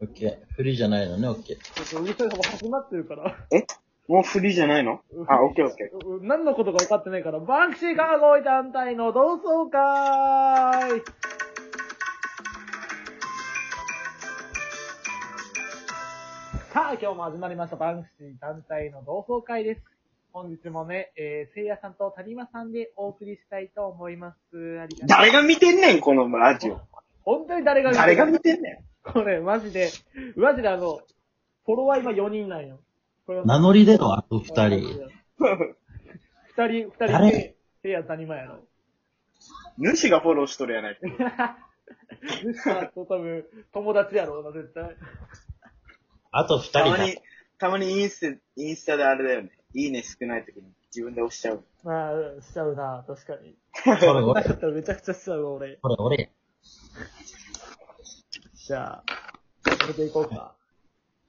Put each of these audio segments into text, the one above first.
オッケー。フリーじゃないのね、オッケー。ちょっとうるさい、もう始まってるから。 もうフリーじゃないのあ、オッケーオッケー。何のことか分かってないから、バンクシーカーゴイ団体の同窓会さあ、今日も始まりました、バンクシー団体の同窓会です。本日もね、えー、せいやさんと谷間さんでお送りしたいと思います。ありがー。とう。誰が見てんねん、このラジオ。本当に誰が誰が見てんねこれ、マジで、マジであの、フォロワー今4人なんよ。これ名乗り出ろ、あと二人。。ん。二人、二人誰で、せいや谷間やろ。主がフォローしとるやないか。ルシファーと多分、友達やろうな、絶対。あと二人たまだ。に、たまにインスタ、インスタであれだよね。いいね少ない時に自分で押しちゃう。まあ、しちゃうな、確かに。これ俺、めちゃくちゃしちゃうわ、俺。これ俺。じゃあ、それでいこうか。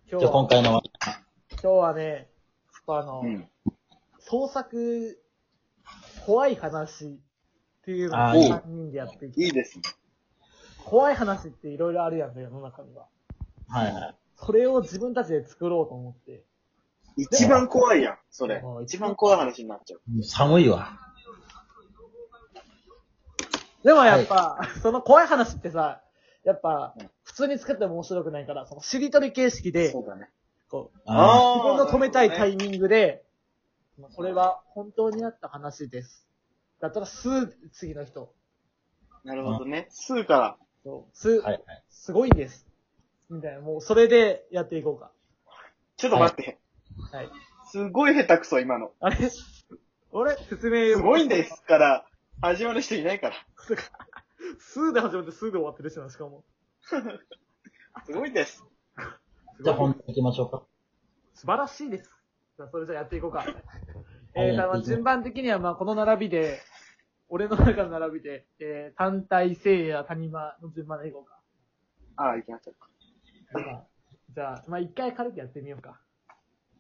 今じ日ゃあ今は、回のは、今日はね、あの、うん。創作、怖い話っていうのをあー3人でやっていきいいですね。怖い話っていろいろあるやんね、世の中には。はいはい。それを自分たちで作ろうと思って。一番怖いやん、それもう。一番怖い話になっちゃう。もう寒いわ。でもやっぱ、その怖い話ってさ、やっぱ、普通に作っても面白くないから、そのしりとり形式で、そうだね。こう、あ自分の止めたいタム。イミングで、まあこれは本当にあった話です。だったら、す、次の人。なるほどね。スーから。そうす、あ。はいはい。すごいんです。みたいな、もうそれでやっていこうか。ちょっと待って。はい。すごい下手くそ、今の。あれ俺説明すごいんですから、始まる人いないから。す。すで始まってすで終わってるしな、しかも。すごいです。すじゃあご本い題行きましょうか。素晴らしいです。じゃあ、それじゃあやっていこ うか。はいえー、まあ順番的には、まあ、この並びで、俺の中の並びで、えー、単体、聖夜、谷間の順番でいこうか。ああ、行きましょうか。じゃあ、まあ一回軽くやってみようか。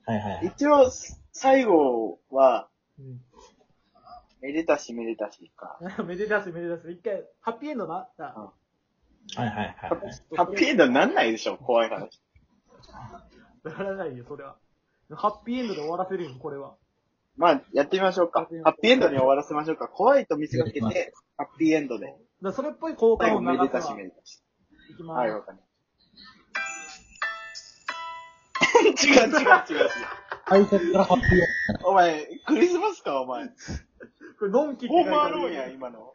はいはい。一応、最後は、うん。 めでたしめでたしか。めでたし、めでたし。一回、ハッピーエンドなじゃあ、はいはいはい。ハッピーエンドになんないでしょ、怖い話。ならないよ、それは。ハッピーエンドで終わらせるよ、これは。まあ、やってみましょうか。ハッピーエンドに終わらせましょうか。怖いと見せかけやりて、ハッピーエンドで。だからそれっぽい効最果を後、流めすわ。でいきまたしすめでたし。はい、わかりました。違う違う違う違う。最初からハッピーや。お前、クリスマスか、お前。これ、のんきって書ホいーてムアあるローンや、今の。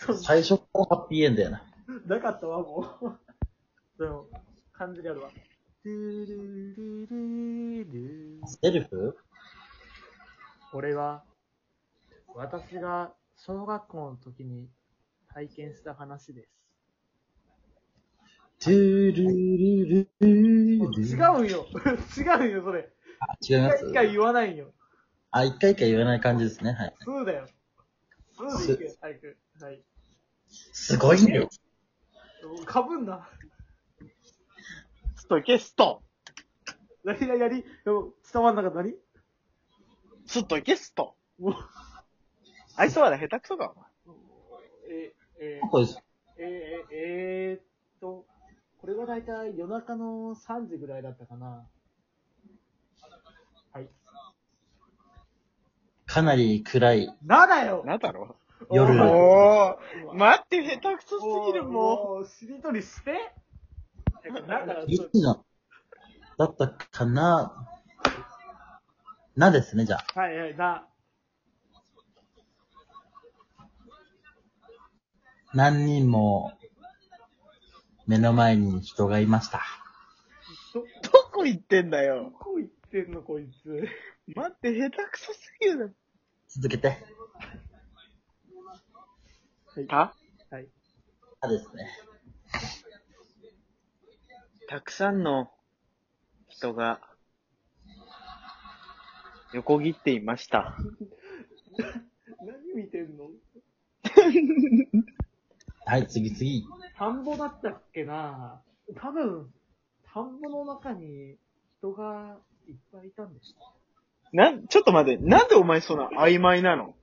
そう最初からハッピーエンドやな。なかったわ、もう。でも、感じでやるわ。ルールールールールセルフ俺は、私が小学校の時に体験した話です。トゥルルルルル違あ、うよ違うよ、それ。違い一ま回す一回言わないよ。あ、一回一回言わない感じですね。はい。スーだよ。スーでいくよ、早く。はい。すごいよ。かぶんな。ストけ、スト。やりやりやり。でも伝わんなかった。何ストけ、スト。もう、愛想はね、下手くそか、お前。え、えここです。ー、えー、えー、えーっと、これはだいたい夜中の3時ぐらいだったかな。はい。かなり暗い。なだよなんだろ夜ううんおうわー、待って、下手くそすぎる、ももう、しりとりしてだから、いそうつだだったかななですね、じゃあ。はいはい、な。何人も目の前に人がいました。ど、う。どこ行ってんだよ。こう言ってんの、こいつ。待って、下手くそすぎる。続けて。たはい。あですね。たくさんの人が横切っていま した。何見てんのはい、次次。田んぼだったっけな多分、田んぼの中に人がいっぱいいたんでしな、ちょっと待って、なんでお前そんな曖昧な の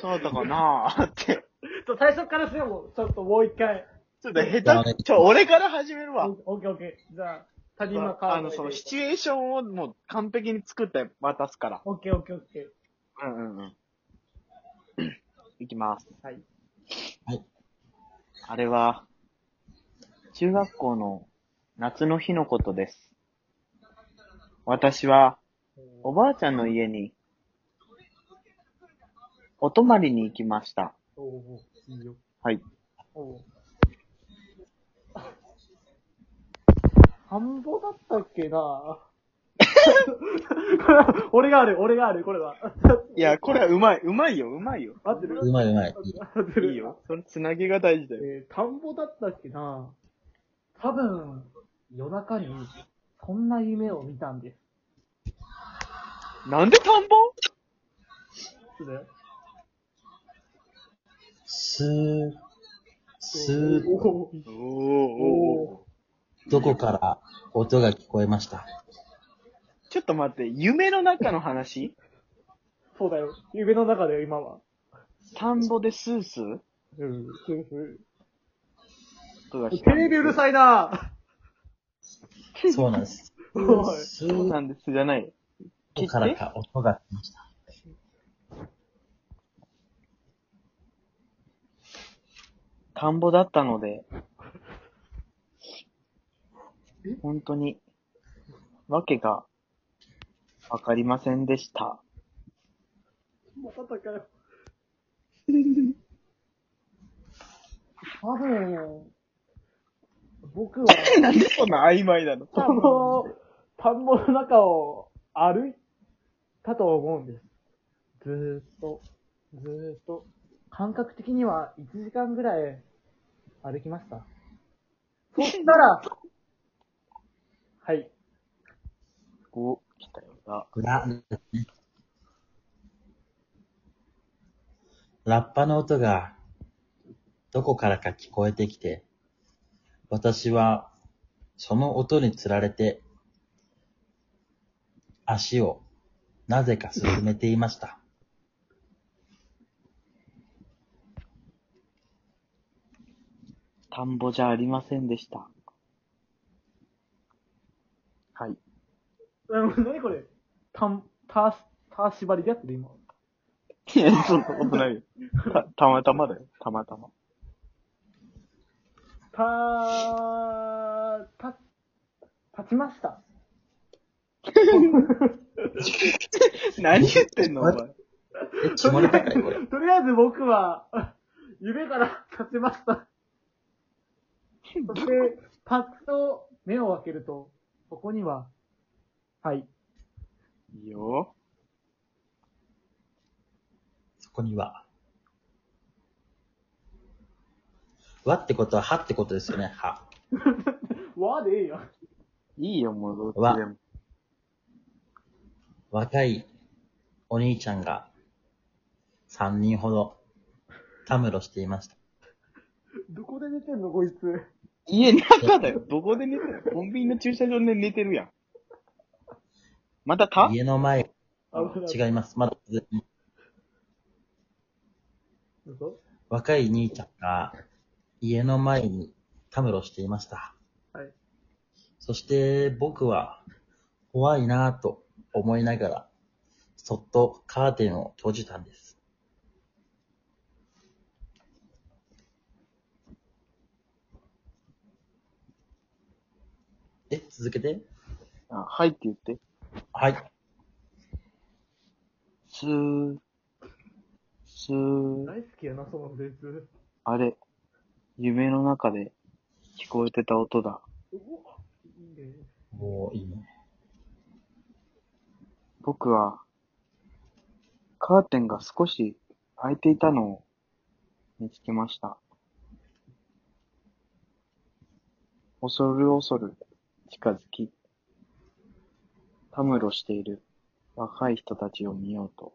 そうだったかなーって。ょ最初からすれば、ちょっともう一回、ちょっと下手く、ちょ、俺から始めるわ。オッケーオッケー。じゃあ、田島まかあら。あの、そのシチュエーションをもう完璧に作って渡すから。オッケーオッケーオッケうんうんうん。 いきます。ー。はい。あれは、中学校の夏の日のことです。私は、おばあちゃんの家に、お泊まりに行きました。おおーいいよ。はい。おお。田んぼだったっけな俺がある、俺がある、これは。いや、これはうまい、うまいよ、うまいよ。合ってるうまいうまい。合ってる。いいよ。 そのつなぎが大事だよ。えー田んぼだったっけな多分、夜中に、そんな夢を見たんです。なんで田んぼちょっとねすー、すー、おーおーおーどこから音が聞こえました。ちょっと待って、夢の中の話そうだよ。夢の中だよ、今は。田んぼでスースーうん。音がテレビうるさいなそうなんです。おい。すそうーなんですじゃない。どこからか音が来ました。田んぼだったのでえ、本当に、わけが、わかりませんでした。まただから。多分、僕は、なんでそんな曖昧なの田んぼ、田んぼの中を歩いたと思うんです。ずーっと、ずーっと。感覚的には1時間ぐらい歩きました。そしたら、はい。お、来たよな。ラですね。ラッパの音がどこからか聞こえてきて、私はその音につられて足をなぜか進めていました。田んぼじゃありませんでした。はい。うん何これたん、た、た縛りでやってる今。いや、そんなことないよ。た、 たまたまだよ。たまたま。たー、た、立ちました。何言ってんの、お前。え、血漏れ高いこれ。とりあえず僕は、夢から立ちま した。そして、パッと目を開けると、ここには、はい、いいよ。そこには。わってことは、はってことですよね、は。わーでええやん。いいよ、もう、どっちでも。若いお兄ちゃんが3人ほどたむろしていました。どこで寝てんの、こいつ。家の中だよ。どこで寝てるコンビニの駐車場で寝てるやん。またた家の前、危ない。違います。まだ続きます嘘若い兄ちゃんが家の前にたむろしていました。はい。そして僕は怖いなぁと思いながら、そっとカーテンを閉じたんです。え、続けて。あはいって言って。はい。スー。スー。大好きやな、そのフレーズ。あれ。夢の中で聞こえてた音だ。おいいね。もういいね。僕は、カーテンが少し開いていたのを見つけました。恐る恐る近づき、たむろしている若い人たちを見ようと、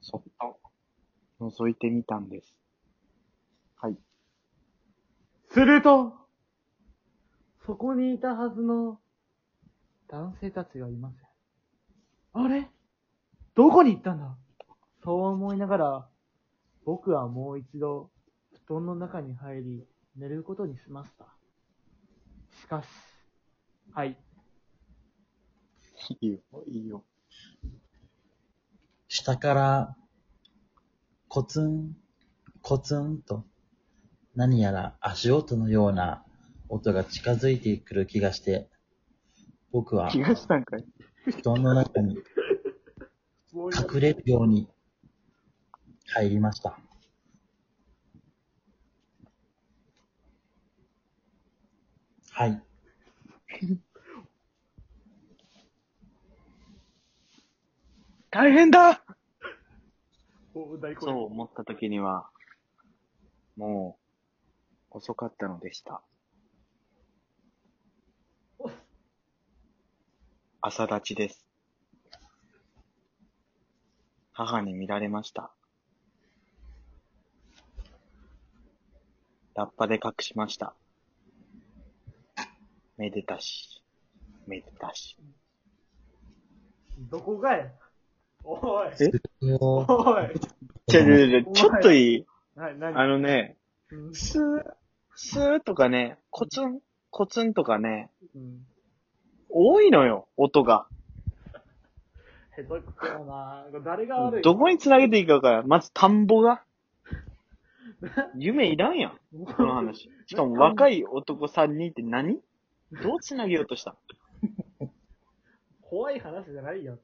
そっと覗いてみたんです。はい。すると、そこにいたはずの男性たちがいません。あれどこに行ったんだそう思いながら、僕はもう一度、布団の中に入り、寝ることにしました。しかし、はい。いいよ、いいよ。下から、コツン、コツンと、何やら足音のような音が近づいてくる気がして、僕は気がしたんかい布団の中に隠れるように入りました。はい。大変だお大そう思った時には、もう、遅かったのでした。朝立ちです。母に見られました。ラッパで隠しました。めでたし、めでたし。どこがいおい。えおおい。ちょ、ちょ、ちょ、ちょっといいな、なにあのね、うんスー、スーとかね、コツン、コツンとかね、うん。多いのよ、音が。へどくだなこれ誰が悪いどこに繋げていいか分からん。まず田んぼ が。夢いらんやん、もこの 話。しかも若い男3人って何どう繋げようとしたの怖い話じゃないよ。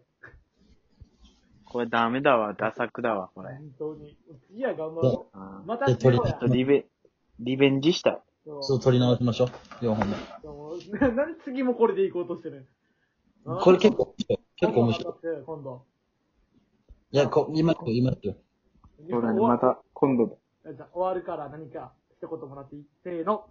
これダメだわ、ダサくだわ、これ。本当に。次は頑張ろあう。ーまたでしようちょやっと。リベ、リベンジしたい。そうそう、取り直しましょう。4本目。もう ななんで次もこれで行こうとしてるこれ結構、結構面白い。い。今度。いや、こ今と今と。そうだね、また今度だ。じゃあ終わるから何か一言もらっていいせーの。